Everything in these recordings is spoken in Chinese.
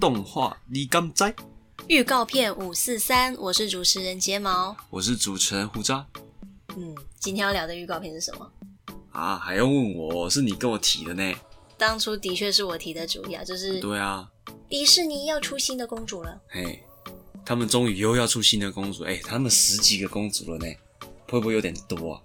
动画，你敢摘？预告片五四三，我是主持人睫毛。我是主持人胡渣嗯，今天要聊的预告片是什么？啊，还要问我？是你跟我提的呢？当初的确是我提的主意啊，就是对啊，迪士尼要出新的公主了。嘿，他们终于又要出新的公主，哎、他们十几个公主了呢，会不会有点多啊？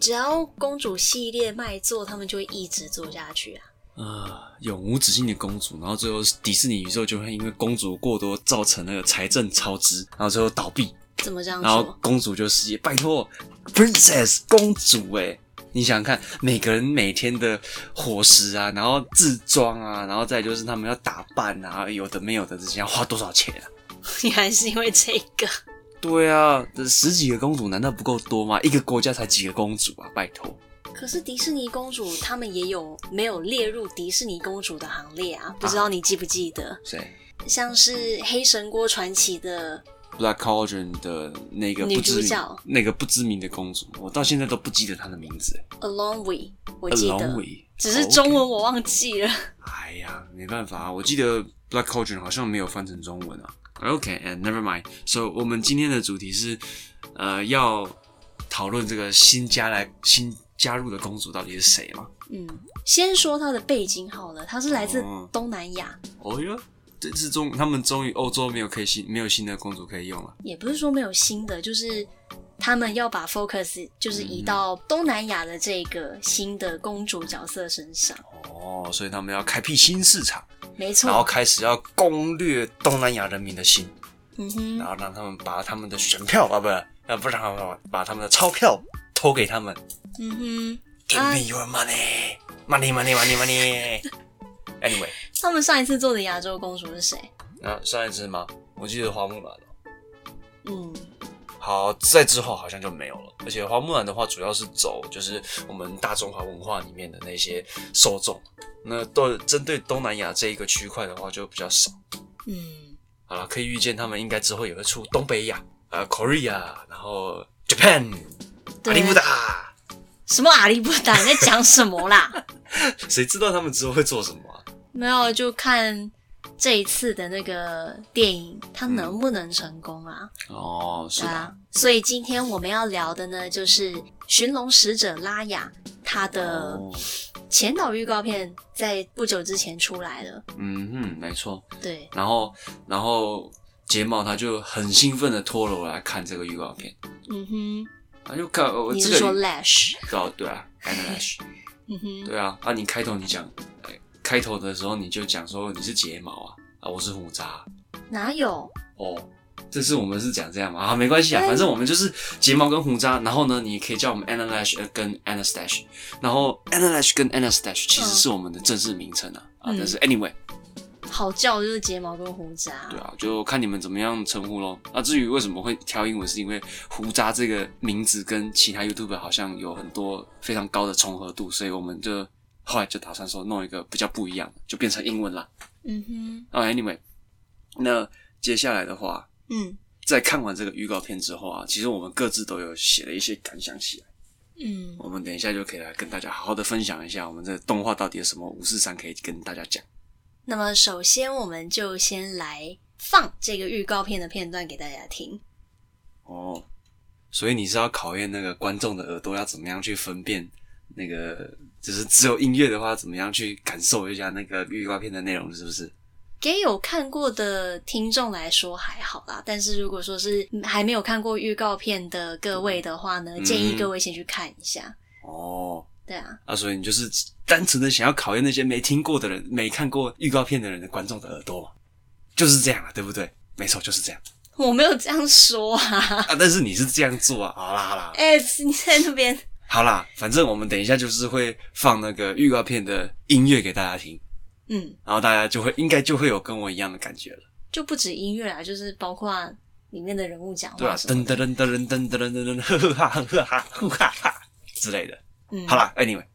只要公主系列卖座，他们就会一直做下去啊。啊，永无止境的公主，然后最后迪士尼宇宙就会因为公主过多造成那个财政超支，然后最后倒闭，怎么这样然后说？公主就失业。拜托，Princess 公主哎、你想想看，每个人每天的伙食啊，然后自装啊，然后再就是他们要打扮啊，有的没有的，这些要花多少钱啊？你还是因为这个？对啊，这十几个公主难道不够多吗？一个国家才几个公主啊？拜托，可是迪士尼公主他们也有没有列入迪士尼公主的行列啊？不知道你记不记得，谁像是《黑神锅传奇》的， ？Black Cauldron 的那个女不主知名角那个不知名的公主，我到现在都不记得她的名字。 Alone We，我记得 Along with，只是中 OK 文我忘记了。哎呀，没办法，我记得 Black Cauldron 好像没有翻成中文啊。OK，and、never mind。So 我们今天的主题是，呃，要讨论这个新加来新加入的公主到底是谁嘛？嗯，先说它的背景好了，它是来自哦东南亚，哦哟，这次终他们终于欧洲没有可以新没有新的公主可以用了。也不是说没有新的，就是他们要把 focus 就是移到嗯东南亚的这个新的公主角色身上。哦，所以他们要开辟新市场，没然后错，开始要攻略东南亚人民的心，嗯哼然，后让他们把他们的选票啊，不，呃，不是他们把他们的钞票投给他们。嗯哼。 Give me your money, money, money, money, money. Anyway，他们上一次做的亚洲公主是谁？那上一只吗？我记得花木兰。嗯，好，在之后好像就没有了。而且花木兰的话，主要是走就是我们大中华文化里面的那些受众。那对针对东南亚这一个区块的话，就比较少。嗯，好了，可以预见他们应该之后也会出东北亚，呃，Korea，然后 Japan，阿对里布达，什么阿里不达？你在讲什么 啦？谁知道他们之后会做什么、啊？没有，就看这一次的那个电影，它嗯能不能成功啊？哦，是对啊，所以今天我们要聊的呢，就是《寻龙使者拉雅》它的哦前导预告片在不久之前出来了。嗯哼，没错。对，然后，然后睫毛他就很兴奋的拖了我来看这个预告片，嗯哼，啊，就看我你这是说个 Lash？对啊，对啊 a n a l y s 嗯哼，对啊，啊，你开头你讲，哎开头的时候你就讲说你是睫毛啊，啊，我是胡渣啊、哪有？哦。这次我们是讲这样嘛啊，没关系哎啊，反正我们就是睫毛跟胡渣，然后呢，你也可以叫我们 Analash 呃跟 Anastash，然后 Analash 跟 Anastash 其实是我们的正式名称啊、啊，嗯但是 anyway，好叫就是睫毛跟胡渣。对啊，就看你们怎么样称呼咯。那、至于为什么会挑英文，是因为胡渣这个名字跟其他 YouTube 好像有很多非常高的重合度，所以我们就后来就打算说弄一个比较不一样的，就变成英文啦。嗯哼，啊，Anyway，那接下来的话，嗯在看完这个预告片之后啊，其实我们各自都有写了一些感想起来。嗯，我们等一下就可以来跟大家好好的分享一下我们这个动画到底有什么五四三可以跟大家讲。那么首先我们就先来放这个预告片的片段给大家听。哦，所以你是要考验那个观众的耳朵要怎么样去分辨那个，就是只有音乐的话，怎么样去感受一下那个预告片的内容，是不是？给有看过的听众来说还好啦，但是如果说是还没有看过预告片的各位的话呢，嗯建议各位先去看一下。哦，对啊，啊，所以你就是单纯的想要考验那些没听过的人、没看过预告片的人的观众的耳朵嘛，就是这样了，啊对不对？没错，就是这样我没有这样说啊。啊。但是你是这样做啊，好啦好啦哎、你在那边好啦，反正我们等一下就是会放那个预告片的音乐给大家听，嗯，然后大家就会应该就会有跟我一样的感觉了。就不止音乐啦，就是包括里面的人物讲对啊，话什噔么的。噔噔噔噔噔噔噔噔，呵呵哈呵哈呵哈哈之类的。嗯好啦 a n y w a y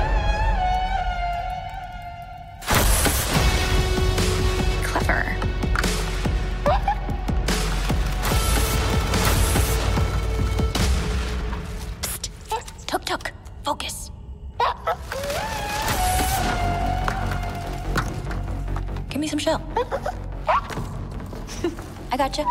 嗯 show. I gotcha.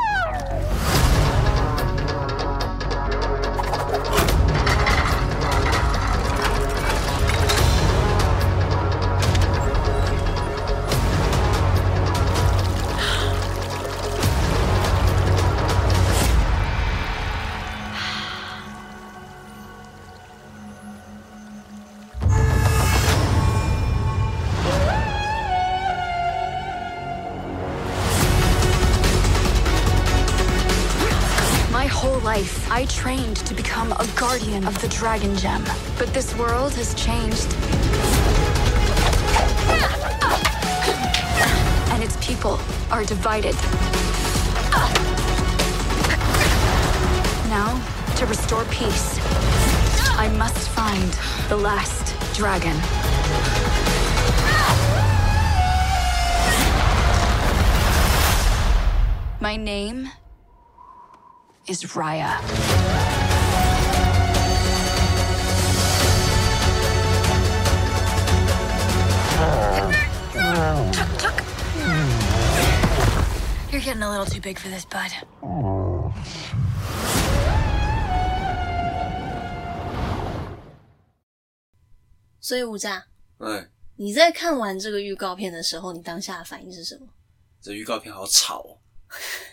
My whole life, I trained to become a guardian of the Dragon Gem. But this world has changed. And its people are divided. Now, to restore peace, I must find the last dragon. My name is Raya. You're getting a little too big for this, bud. 所以吴炸，哎，你在看完这个预告片的时候，你当下的反应是什么？ 这预告片好吵哦。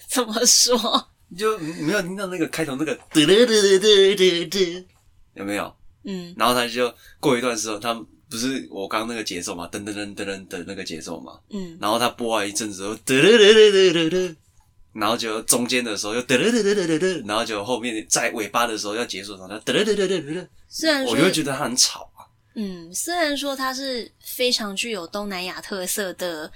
怎么说？你就没有听到那个开头那个嘟嘟嘟嘟嘟嘟嘟，有没有？嗯，然后他就过一段时候，他不是我刚刚那个节奏嘛，噔噔噔噔噔的那个节奏嘛，嗯，然后他播完一阵子之后，嘟嘟嘟嘟嘟嘟嘟，然后就中间的时候又嘟嘟嘟嘟嘟嘟嘟，然后就后面在尾巴的时候要结束的时候，他嘟嘟嘟嘟嘟嘟嘟，虽然说我就会觉得他很吵啊。嗯，虽然说它是非常具有东南亚特色的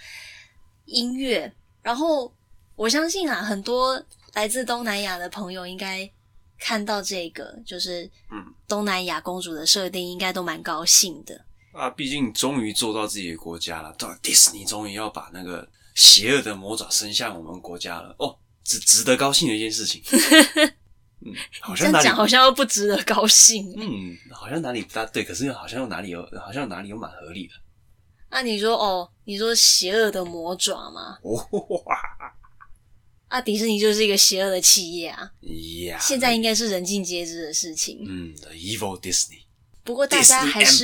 音乐，然后我相信啊，很多来自东南亚的朋友应该看到这个，就是嗯东南亚公主的设定，应该都蛮高兴的。啊，毕竟终于做到自己的国家了，到迪士尼终于要把那个邪恶的魔爪伸向我们国家了，哦，值值得高兴的一件事情。嗯，好这像样哪里讲好像又不值得高兴。嗯，好像哪里不大对，可是又好像又哪里有，好像哪里有蛮合理的。啊，你说哦，你说邪恶的魔爪嘛？哦哇啊，迪士尼就是一个邪恶的企业啊，呀！现在应该是人尽皆知的事情。嗯，The Evil Disney，不过大家还是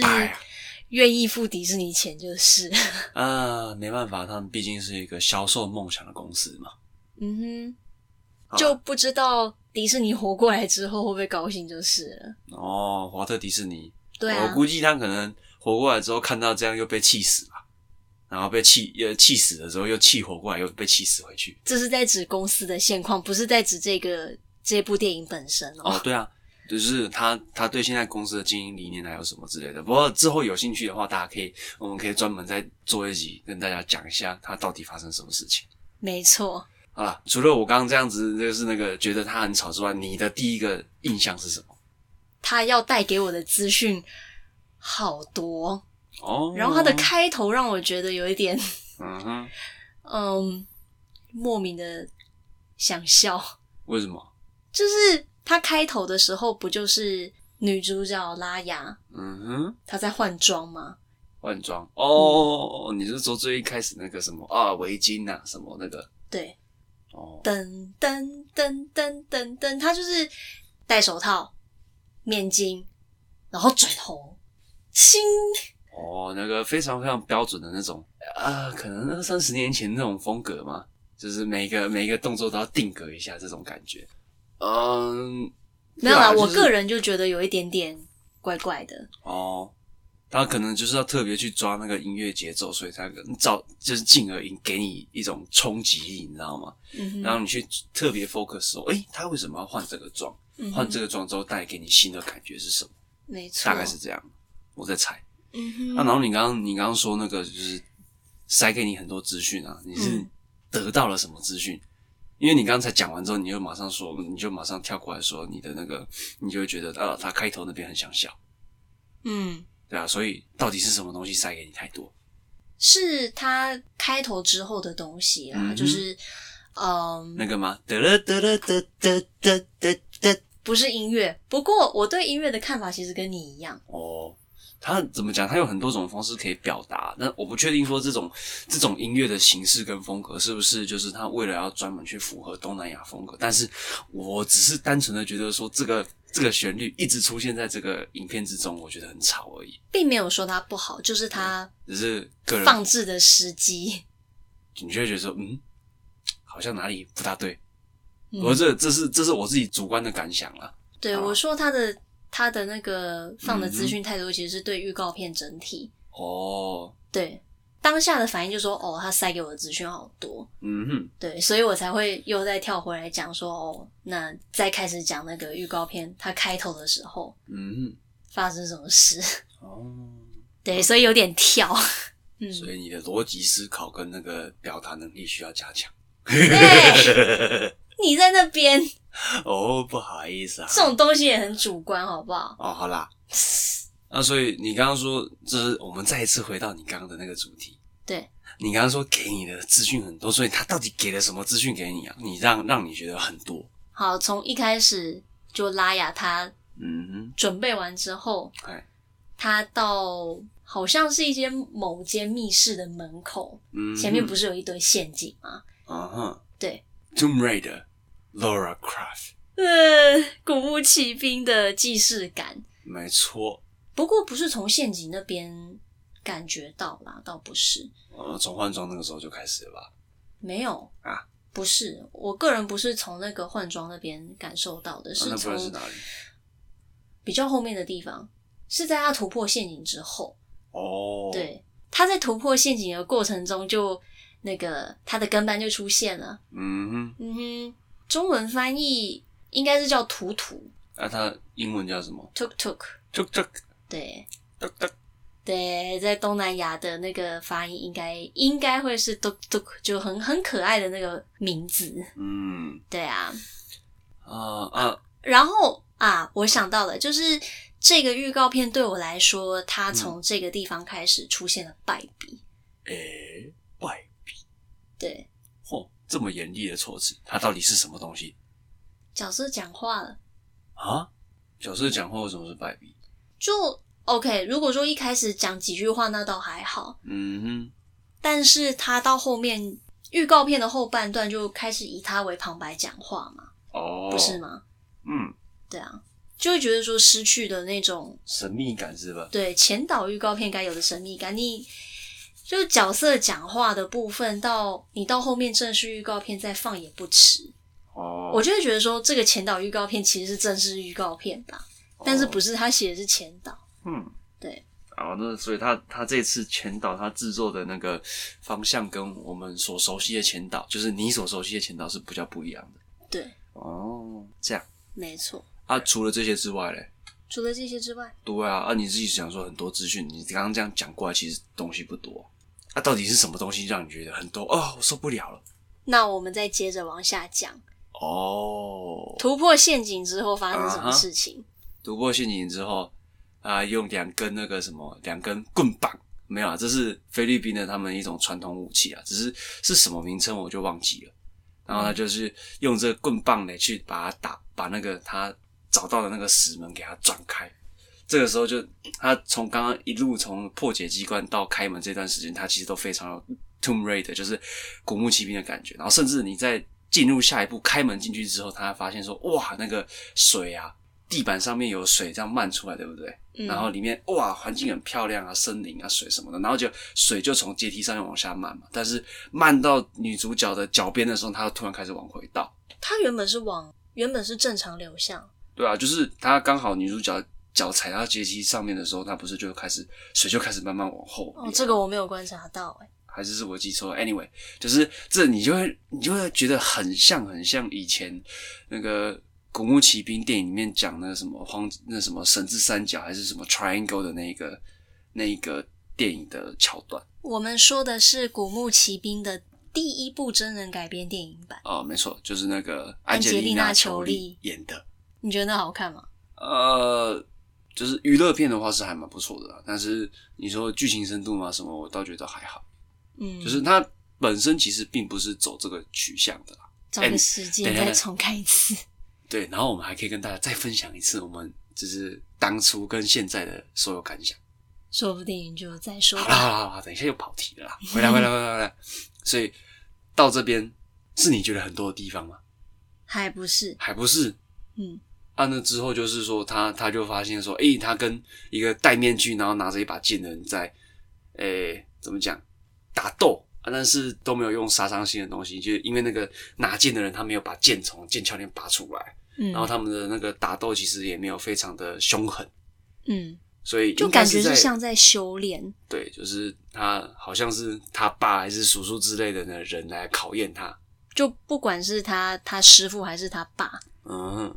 愿意付迪士尼钱就是。啊，没办法，他们毕竟是一个销售梦想的公司嘛。嗯好啦哼，就不知道迪士尼活过来之后会不会高兴就是了。哦，华特迪士尼，对啊我估计他可能活过来之后看到这样又被气死吧，然后被气呃气死了之后又气活过来又被气死回去。这是在指公司的现况，不是在指这个这部电影本身哦。哦，对啊，就是他他对现在公司的经营理念还有什么之类的。不过之后有兴趣的话，大家可以我们可以专门再做一集跟大家讲一下他到底发生什么事情。没错，好了，除了我刚刚这样子，就是那个觉得他很吵之外，你的第一个印象是什么？他要带给我的资讯好多，哦，然后他的，开头让我觉得有一点， 嗯哼，嗯，莫名的想笑。为什么？就是他开头的时候，不就是女主角拉雅嗯哼，她在换装吗？换装哦，你是说最一开始那个什么啊围巾啊什么那个对，哦，噔噔噔噔噔噔，他就是戴手套、面巾，然后转头，亲，哦，那个非常非常标准的那种啊，可能二三十年前那种风格嘛，就是每个每一个动作都要定格一下这种感觉。嗯，没有对啊啦，我就是个人就觉得有一点点怪怪的。哦，他可能就是要特别去抓那个音乐节奏，所以他可能造就是进而引给你一种冲击力，你知道吗？嗯然后你去特别 focus 说，诶，他为什么要换这个妆？嗯哼，换这个个妆之后带给你新的感觉是什么？没错，大概是这样，我在猜。嗯那、然哼，后你刚刚你刚刚说那个就是塞给你很多资讯啊，你是嗯得到了什么资讯？因为你刚才讲完之后，你就马上说，你就马上跳过来说你的那个，你就会觉得啊，他开头那边很想笑，嗯，对啊，所以到底是什么东西塞给你太多？是他开头之后的东西啦，嗯哼就是嗯，那个吗？得了得了得得得得得不是音乐。不过我对音乐的看法其实跟你一样，哦，它怎么讲？它有很多种方式可以表达，但我不确定说这种这种音乐的形式跟风格是不是就是它为了要专门去符合东南亚风格。但是我只是单纯的觉得说这个这个旋律一直出现在这个影片之中，我觉得很吵而已。并没有说它不好，就是它只是个人放置的时机。你就会觉得说，嗯，好像哪里不大对。我这这是这是我自己主观的感想啦。对啊我说它的它的那个放的资嗯讯太多，其实是对预告片整体哦，对当下的反应就说哦，他塞给我的资讯好多，嗯哼，对，所以我才会又再跳回来讲说哦，那再开始讲那个预告片，它开头的时候嗯发生什么事？ 哼，哦。对，所以有点跳。嗯，所以你的逻辑思考跟那个表达能力需要加强。对，你在那边哦，不好意思啊。这种东西也很主观，好不好？哦，好啦。那所以你刚刚说，这是我们再一次回到你刚刚的那个主题。对，你刚刚说给你的资讯很多，所以他到底给了什么资讯给你啊？你让让你觉得很多。好，从一开始就拉雅他嗯准备完之后，哼，哎，他到好像是一间某间密室的门口，嗯哼，前面不是有一堆陷阱吗？啊哈对， ，Tomb Raider Laura Croft，呃，古墓奇兵的既视感，没错。不过不是从陷阱那边感觉到啦，倒不是，呃，从换装那个时候就开始了吧？没有啊，不是，我个人不是从那个换装那边感受到的，啊那是不从然是哪里？比较后面的地方，是在他突破陷阱之后，哦，，对，他在突破陷阱的过程中就那个他的跟班就出现了。嗯哼，嗯哼，中文翻译应该是叫“图图那啊它英文叫什么？ ”（tuk tuk）。 tuk tuk 对 tuk tuk，对，在东南亚的那个发音应该应该会是 tuk tuk，就很很可爱的那个名字。嗯对啊，啊啊，然后啊，我想到了，就是这个预告片对我来说，它从这个地方开始出现了败笔。诶，拜，对，嚯，这么严厉的措辞，它到底是什么东西角色讲话了。啊？角色讲话为什么是败笔？就 OK。如果说一开始讲几句话，那倒还好，嗯但是他到后面预告片的后半段就开始以他为旁白讲话嘛，哼，哦，不是，吗？嗯，对啊，就会觉得说失去的那种神秘感是吧？对前导预告片该有的神秘感，你。就是角色讲话的部分，到你到后面正式预告片再放也不迟。哦，我就会觉得说，这个前导预告片其实是正式预告片吧，但是不是，是他写的是前导，嗯，对，哦，那所以他他这次前导他制作的那个方向跟我们所熟悉的前导，就是你所熟悉的前导是比较不一样的。对，哦，这样没错。啊，除了这些之外嘞，除了这些之外，对啊，啊，你自己想说很多资讯，你刚刚这样讲过来，其实东西不多。啊，到底是什么东西让你觉得很多？哦，我受不了了。那我们再接着往下讲，哦，突破陷阱之后发生什啊么事情？突破陷阱之后，啊，用两根那个什么，两根棍棒，没有啊，这是菲律宾的他们一种传统武器啊，只是是什么名称我就忘记了。然后他就是用这个棍棒呢去把它打，把那个他找到的那个石门给它转开。这个时候就他从刚刚一路从破解机关到开门这段时间，他其实都非常有 Tomb Raider，就是古墓奇兵的感觉。然后甚至你在进入下一步开门进去之后，他发现说哇，那个水啊，地板上面有水这样漫出来，对不对？嗯然后里面哇，环境很漂亮啊，森林啊，水什么的，然后就水就从阶梯上面往下漫嘛。但是漫到女主角的脚边的时候，她突然开始往回倒。它原本是往原本是正常流向，对啊，就是她刚好女主角脚踩到阶梯上面的时候，她不是就开始水就开始慢慢往后流。哦，这个我没有观察到、欸，还是是我记错了？Anyway，就是这你就会你就会觉得很像很像以前那个古墓奇兵电影里面讲那个什么黄那什么神之三角还是什么 triangle 的那个那一个电影的桥段我们说的是《古墓奇兵》的第一部真人改编电影版，哦，没错，就是那个安安吉吉丽丽娜娜裘裘丽丽演的，你觉得那好看吗？呃，就是娱乐片的话是还蛮不错的啦，但是你说剧情深度嘛什么，我倒觉得还好，嗯，就是它本身其实并不是走这个取向的啦。找个时间哎等一下再重看一次。对，然后我们还可以跟大家再分享一次我们就是当初跟现在的所有感想。说不定就再说好啦吧。好啦好啦，等一下又跑题了啦，回来回来回来回来。所以到这边是你觉得很多的地方吗？还不是，还不是？嗯，啊，那之后就是说他他就发现说，诶、他跟一个戴面具然后拿着一把剑的人在，诶、怎么讲打斗啊，但是都没有用杀伤性的东西，就因为那个拿剑的人他没有把剑从剑鞘里面拔出来，嗯然后他们的那个打斗其实也没有非常的凶狠，嗯，所以就应该感觉在是像在修炼。对，就是他好像是他爸还是叔叔之类的呢人来考验他。就不管是他他师傅还是他爸，嗯，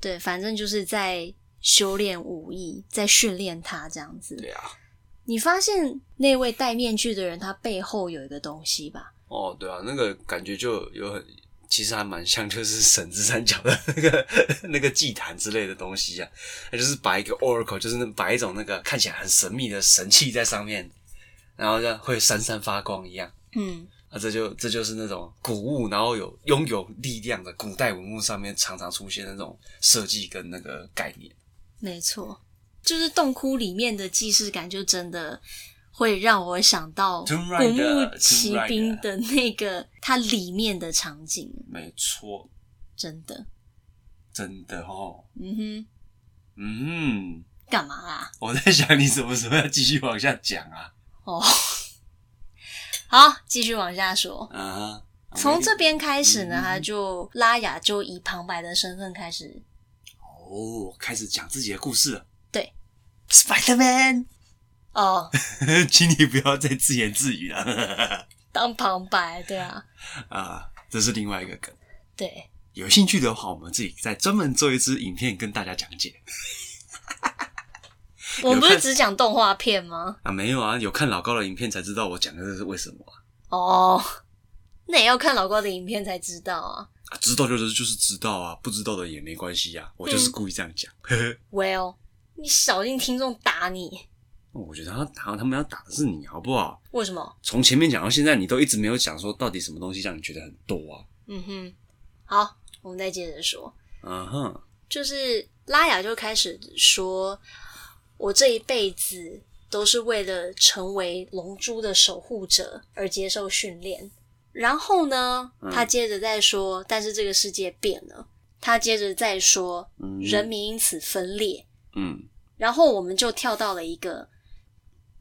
对，反正就是在修炼武艺，在训练他这样子。对啊，你发现那位戴面具的人，他背后有一个东西吧？哦，对啊，那个感觉就有很，其实还蛮像就是神之三角的那个 那个祭坛之类的东西啊，它就是摆一个 oracle，就是那摆一种那个看起来很神秘的神器在上面，然后就会闪闪发光一样。嗯，啊，这就这就是那种古物，然后有拥有力量的古代文物上面常常出现的那种设计跟那个概念。没错，就是洞窟里面的既视感，就真的会让我想到 Tomb 《古 Raider，墓 Tomb 奇兵 Raider》的那个它里面的场景，没错，真的，真的哦，嗯哼，嗯，干嘛啦？我在想你什么时候要继续往下讲啊？哦，好，继续往下说。啊，从这边开始呢，嗯他就拉雅就以旁白的身份开始。哦，开始讲自己的故事了，对，Spider Man，哦， 请你不要再自言自语了 当旁白，对啊，啊，这是另外一个梗。对，有兴趣的话，我们自己再专门做一支影片跟大家讲解我们不是只讲动画片吗？啊。没有啊，有看老高的影片才知道我讲的是为什么啊。哦，那也要看老高的影片才知道啊。啊知道就是就是知道啊，不知道的也没关系啊。我就是故意这样讲。呵呵 Well，你小心听众打你，哦我觉得他打他们要打的是你，好不好？为什么？从前面讲到现在，你都一直没有讲说到底什么东西让你觉得很多啊？嗯哼，好，我们再接着说。嗯哼，就是拉雅就开始说，我这一辈子都是为了成为龙珠的守护者而接受训练。然后呢，他接着再说，但是这个世界变了。他接着再说，人民因此分裂。嗯，然后我们就跳到了一个，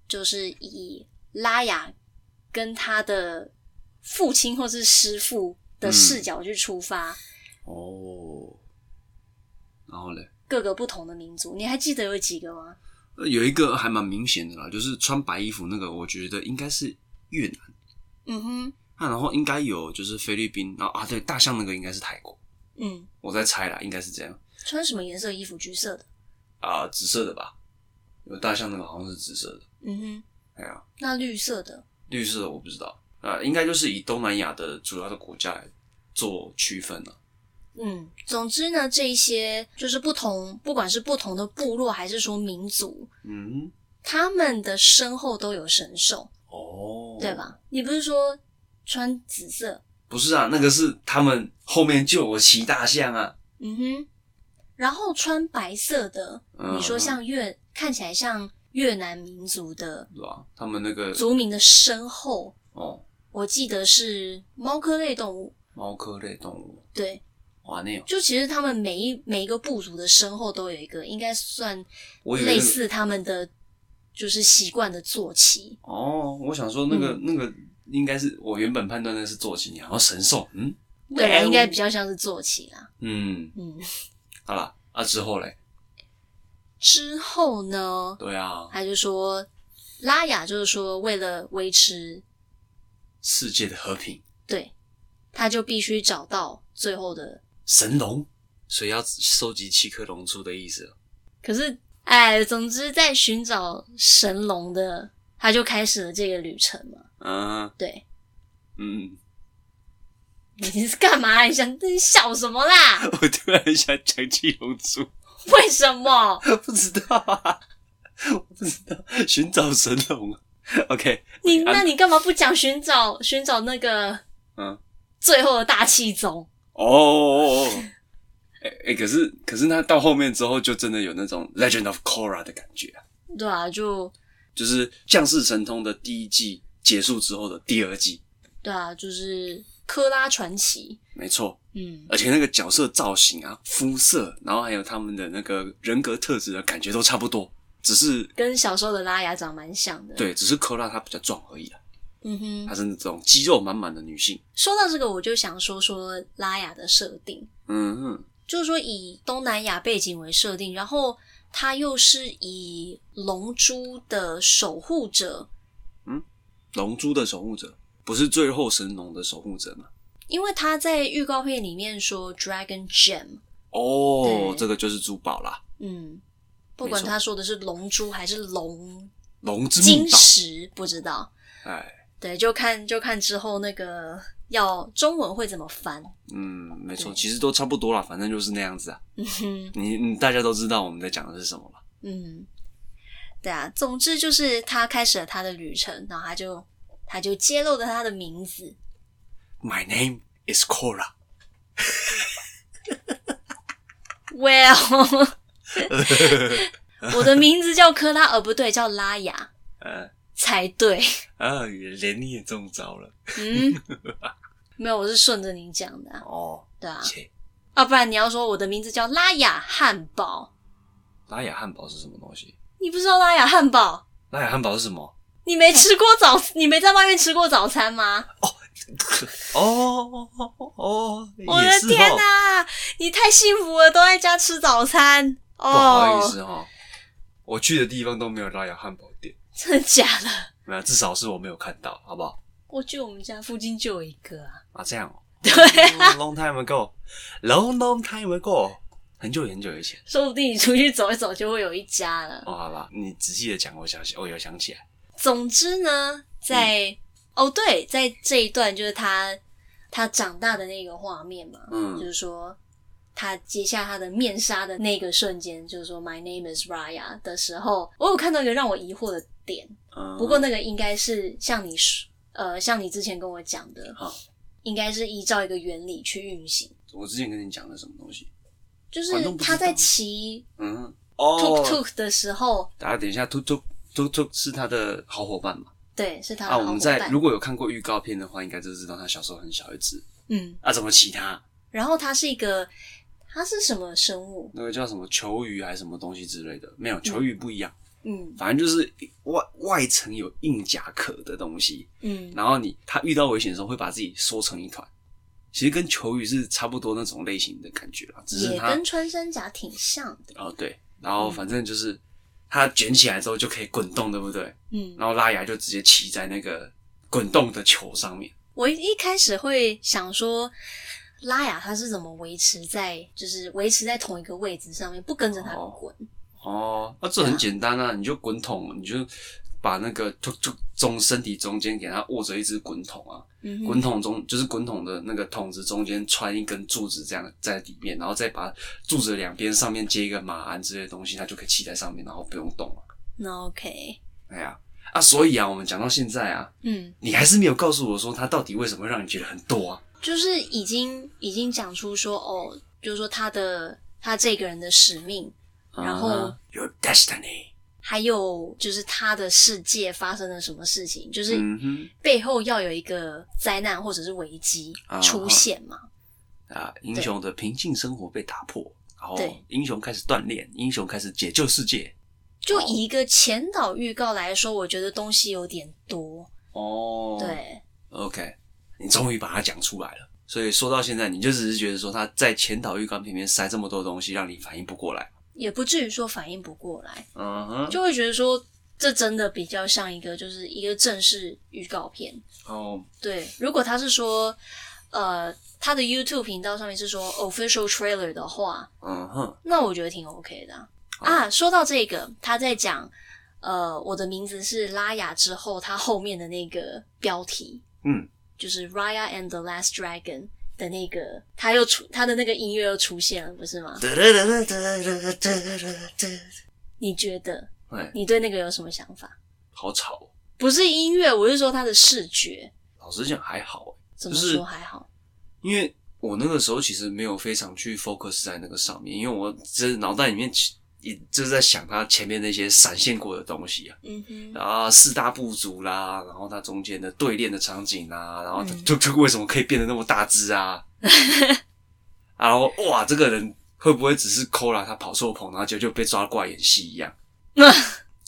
就是以拉雅跟他的父亲或是师傅嗯的视角去出发，哦，然后嘞，各个不同的民族。你还记得有几个吗？呃有一个还蛮明显的啦，就是穿白衣服那个，我觉得应该是越南，嗯哼，那、然后应该有就是菲律宾，然后啊对，大象那个应该是泰国，嗯，我在猜啦，应该是这样穿什么颜色衣服？橘色的。啊、紫色的吧，有大象那个好像是紫色的，嗯哼，哎呀，那绿色的。绿色的我不知道，啊，应该就是以东南亚的主要的国家来做区分了、嗯，总之呢，这一些就是不同，不管是不同的部落还是说民族，嗯，他们的身后都有神兽，哦，对？吧？你不是说穿紫色？不是啊，那个是他们后面就有骑大象啊，嗯哼，然后穿白色的，嗯你说像越看起来像越南民族的对吧？他们那个族民的身后，哦，我记得是猫科类动物，猫科类动物，对，哇，那有就其实他们每一每一个部族的身后都有一个，应该算我以为类那个似他们的就是习惯的坐骑。哦，我想说那个、嗯那个应该是我原本判断的是坐骑，然后神兽，嗯对啊，嗯应该比较像是坐骑啦。嗯，嗯，好啦，啊之后嘞，之后呢，对啊，他就说拉雅就是说为了维持世界的和平，对，他就必须找到最后的。神龙，所以要收集七颗龙珠的意思了可是哎，总之在寻找神龙的，他就开始了这个旅程嘛。嗯对，嗯， 你是干嘛？你想你笑什 么啦？我突然想讲七龙珠， 为什么？不知道啊， 我不知道寻找神龙啊，OK，你啊那你干嘛不讲寻找寻找那个嗯。最后的大气宗？哦哦哦哦，哎、哎、可是可是那到后面之后，就真的有那种 Legend of Korra 的感觉啊。对啊，就就是《降世神通》的第一季结束之后的第二季，对啊，就是科拉传奇，没错。嗯，而且那个角色造型啊、肤色，然后还有他们的那个人格特质的感觉都差不多，只是跟小时候的拉雅长蛮像的。，对，只是科拉她比较壮而已啊，嗯哼，她是那种肌肉满满的女性。说到这个，我就想说说拉雅的设定，嗯哼，就是说以东南亚背景为设定，然后它又是以龙珠的守护者，龙珠的守护者不是最后神龙的守护者吗？因为他在预告片里面说 Dragon Gem，哦对，这个就是珠宝啦，嗯，不管没错他说的是龙珠还是龙龙之晶命宝。石，不知道，哎，对，就看就看之后那个要中文会怎么翻，嗯，没错，对其实都差不多啦，反正就是那样子啊。嗯哼，你你大家都知道我们在讲的是什么吧？嗯，对啊，总之就是他开始了他的旅程，然后他就他就揭露了他的名字， My name is Cora。 Well，我的名字叫科拉，呃，不对，叫拉雅呃才对。啊，连你也中招了 嗯，没有，我是顺着你讲的啊、哦。对啊，切，要、不然你要说我的名字叫拉雅汉堡，拉雅汉堡是什么东西？你不知道拉雅汉堡？拉雅汉堡是什么？ 你没吃过早，你没在外面吃过早餐吗？哦哦哦，我的也是天哦，哪、你太幸福了，都在家吃早餐哦。不好意思哈，我去的地方都没有拉雅汉堡店，真的假的？那至少是我没有看到，好不好？我记得我们家附近就有一个啊。啊，这样哦。对 long time ago，long long time ago，很久很久以前。说不定你出去走一走就会有一家了。哦，好吧，你仔细的讲，我想起，哦我有想起来。总之呢，在、嗯哦对，在这一段就是他他长大的那个画面嘛，嗯就是说他揭下他的面纱的那个瞬间，就是说 “My name is Raya” 的时候，我有看到一个让我疑惑的点，嗯，不过那个应该是像你说呃，像你之前跟我讲的，好，应该是依照一个原理去运行，我之前跟你讲的什么东西？就是观众不知他道在骑嗯， tuk 哦， tuk 的时候，大家等一下，tuk tuk tuk tuk 是他的好伙伴嘛？对，是他的啊，好我伙们在伴，如果有看过预告片的话，应该就知道他小时候很小一只。嗯，啊，怎么骑他？然后他是一个。他是什么生物？那个叫什么球鱼还是什么东西之类的？没有，球鱼不一样，嗯反正就是外外层有硬甲壳的东西。嗯，然后你他遇到危险的时候会把自己缩成一团，其实跟球鱼是差不多那种类型的感觉啦，只是也它跟嗯穿山甲挺像的。哦对，然后反正就是它卷起来之后就可以滚动，对不对？嗯，然后拉牙就直接骑在那个滚动的球上面，我一开始会想说，拉雅它是怎么维持在，就是维持在同一个位置上面，不跟着它哦滚。哦，那、这很简单啊，你就滚筒，你就把那个就就中身体中间给它握着一只滚筒啊，嗯滚哼，筒中就是滚筒的那个筒子中间穿一根柱子，这样在里面，然后再把柱子的两边上面接一个马鞍之类的东西，它就可以骑在上面，然后不用动了。那 OK，哎呀，啊，所以啊，我们讲到现在啊，嗯，你还是没有告诉我说它到底为什么会让你觉得很多啊？就是已经已经讲出说，哦，就是说他的他这个人的使命，然后啊 Your destiny，还有就是他的世界发生了什么事情，就是嗯哼，背后要有一个灾难或者是危机啊出现嘛。啊，英雄的平静生活被打破，然后对英雄开始锻炼，英雄开始解救世界。就以一个前导预告来说，我觉得东西有点多。哦，对， OK，你终于把它讲出来了。所以说到现在，你就只是觉得说他在前导预告片里面塞这么多东西，让你反应不过来。也不至于说反应不过来，嗯哼，就会觉得说这真的比较像一个就是一个正式预告片。哦，对，如果他是说，呃，他的 YouTube 频道上面是说 official trailer 的话，嗯哼，那我觉得挺 OK 的啊。哦啊说到这个，他在讲，呃，我的名字是拉雅之后，他后面的那个标题，嗯，就是 Raya and the Last Dragon 的那个，他又出他的那个音乐又出现了，不是吗？你觉得哎，你对那个有什么想法？好吵哦。不是音乐，我是说他的视觉，老实讲还好欸，怎么就是说还好？因为我那个时候其实没有非常去 focus 在那个上面，因为我这脑袋里面其也就是在想他前面那些闪现过的东西啊，嗯哼，然后四大部族啦，然后他中间的对练的场景啊，然后他就就为什么可以变得那么大只啊？然后哇，这个人会不会只是抠了他跑错棚，然后就就被抓过来演戏一样？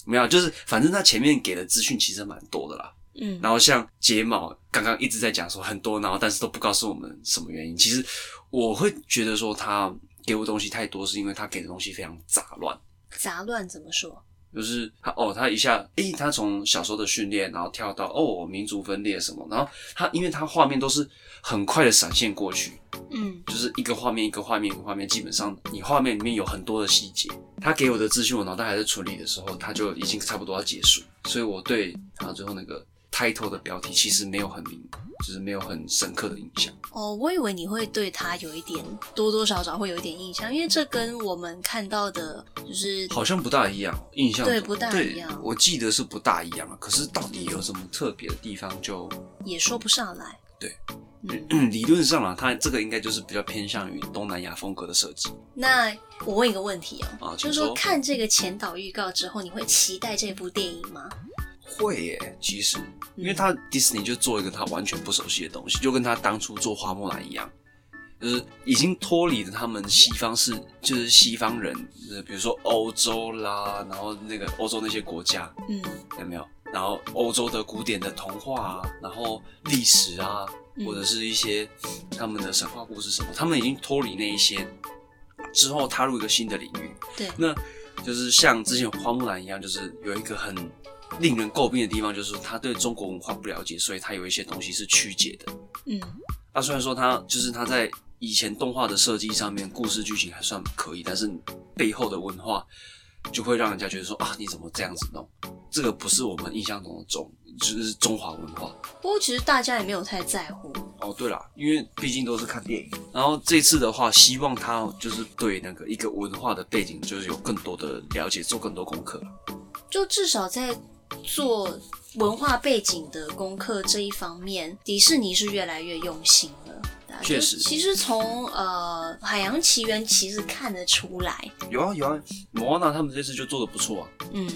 没有，就是反正他前面给的资讯其实蛮多的啦。嗯然后像睫毛刚刚一直在讲说很多，然后但是都不告诉我们什么原因。其实我会觉得说他给我东西太多，是因为他给的东西非常杂乱。杂乱怎么说？就是他哦，他一下诶，他从小时候的训练，然后跳到哦民族分裂什么，然后他因为他画面都是很快的闪现过去，嗯就是一个画面一个画面一个画面，基本上你画面里面有很多的细节。他给我的资讯，我脑袋还在处理的时候，他就已经差不多要结束，所以我对他最后那个 title 的标题其实没有很明，就是没有很深刻的印象。哦，我以为你会对他有一点多多少少会有一点印象，因为这跟我们看到的，就是好像不大一样，印象对不大一样对我记得是不大一样啊。可是到底有什么特别的地方就也说不上来。对，嗯，理论上啊，它这个应该就是比较偏向于东南亚风格的设计。那我问一个问题哦，啊就请是说说看这个前导预告之后，你会期待这部电影吗？会耶，其实，因为他迪士尼就做一个他完全不熟悉的东西，就跟他当初做花木兰一样，就是已经脱离了他们西方是就是西方人，就是比如说欧洲啦，然后那个欧洲那些国家嗯有没有？然后欧洲的古典的童话啊，然后历史啊，或者是一些他们的神话故事什么，他们已经脱离那一些之后，踏入一个新的领域。对，那就是像之前花木兰一样，就是有一个很令人诟病的地方，就是他对中国文化不了解，所以他有一些东西是曲解的。嗯那虽然说他就是他在以前动画的设计上面，故事剧情还算可以，但是背后的文化就会让人家觉得说啊，你怎么这样子弄？这个不是我们印象中的中，就是中华文化。不过其实大家也没有太在乎。哦，对啦，因为毕竟都是看电影，然后这次的话，希望他就是对那个一个文化的背景，就是有更多的了解，做更多功课。就至少在做文化背景的功课这一方面，迪士尼是越来越用心了。对啊确实就其实从呃《海洋奇缘》其实看得出来，有啊有啊，摩纳他们这次就做的不错啊，嗯，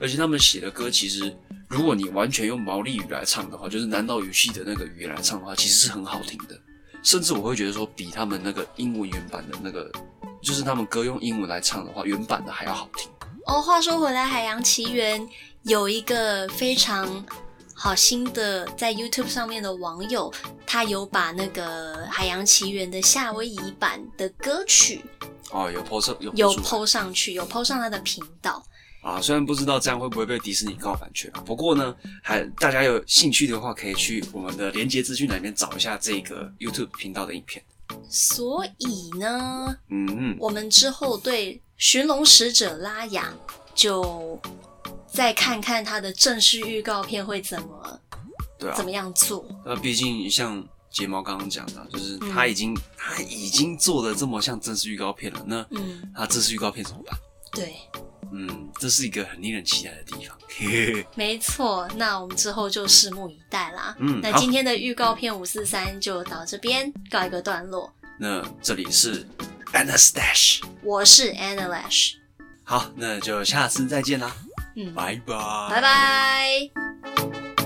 而且他们写的歌其实，如果你完全用毛利语来唱的话，就是南岛语系的那个语言来唱的话，其实是很好听的，甚至我会觉得说比他们那个英文原版的那个，就是他们歌用英文来唱的话，原版的还要好听。哦，话说回来，《海洋奇缘》有一个非常好心的，在 YouTube 上面的网友，他有把那个《海洋奇缘》的夏威夷版的歌曲哦，有 po 上有 po 有出来 PO 上去，有 PO 上他的频道。啊，虽然不知道这样会不会被迪士尼告版权啊，不过呢，还大家有兴趣的话，可以去我们的连接资讯栏里面找一下这个 YouTube 频道的影片。所以呢，嗯嗯，我们之后对《寻龙使者拉雅》就再看看他的正式预告片会怎么对啊怎，么样做。那毕竟像睫毛刚刚讲的，啊就是嗯他已经、他已经做的这么像正式预告片了，那嗯，他正式预告片怎么办？对，嗯，这是一个很令人期待的地方。 嘿嘿，没错。那我们之后就拭目以待啦。嗯那好今天的预告片五四三就到这边告一个段落。那这里是 Anastash，我是 Anna Lash，好，那就下次再见啦，嗯，拜拜，拜拜。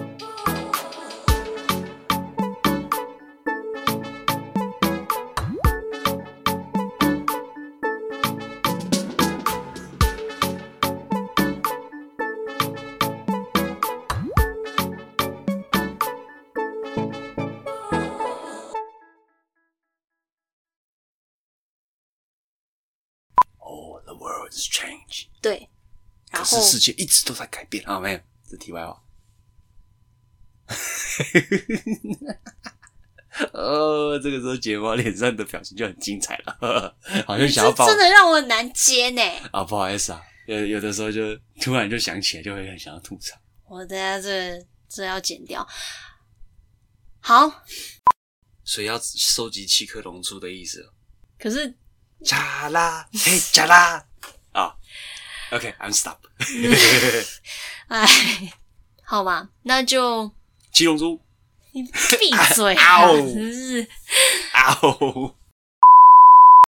Oh, the world is changing. 对，然可后是世界一直都在改变啊！没有，这题外话。 呃，这个时候睫毛脸上的表情就很精彩了，好像想要这把我真的让我很难接呢。啊，不好意思啊，有有的时候就突然就想起来，就会很想要吐槽。我等下这这要剪掉。好，所以要收集七颗龙珠的意思。哦可是加啦，嘿，加啦啊！OK，I'm、stop。哎，好吧，那就七龙珠，闭嘴 啊啊！嗷真是。啊哦！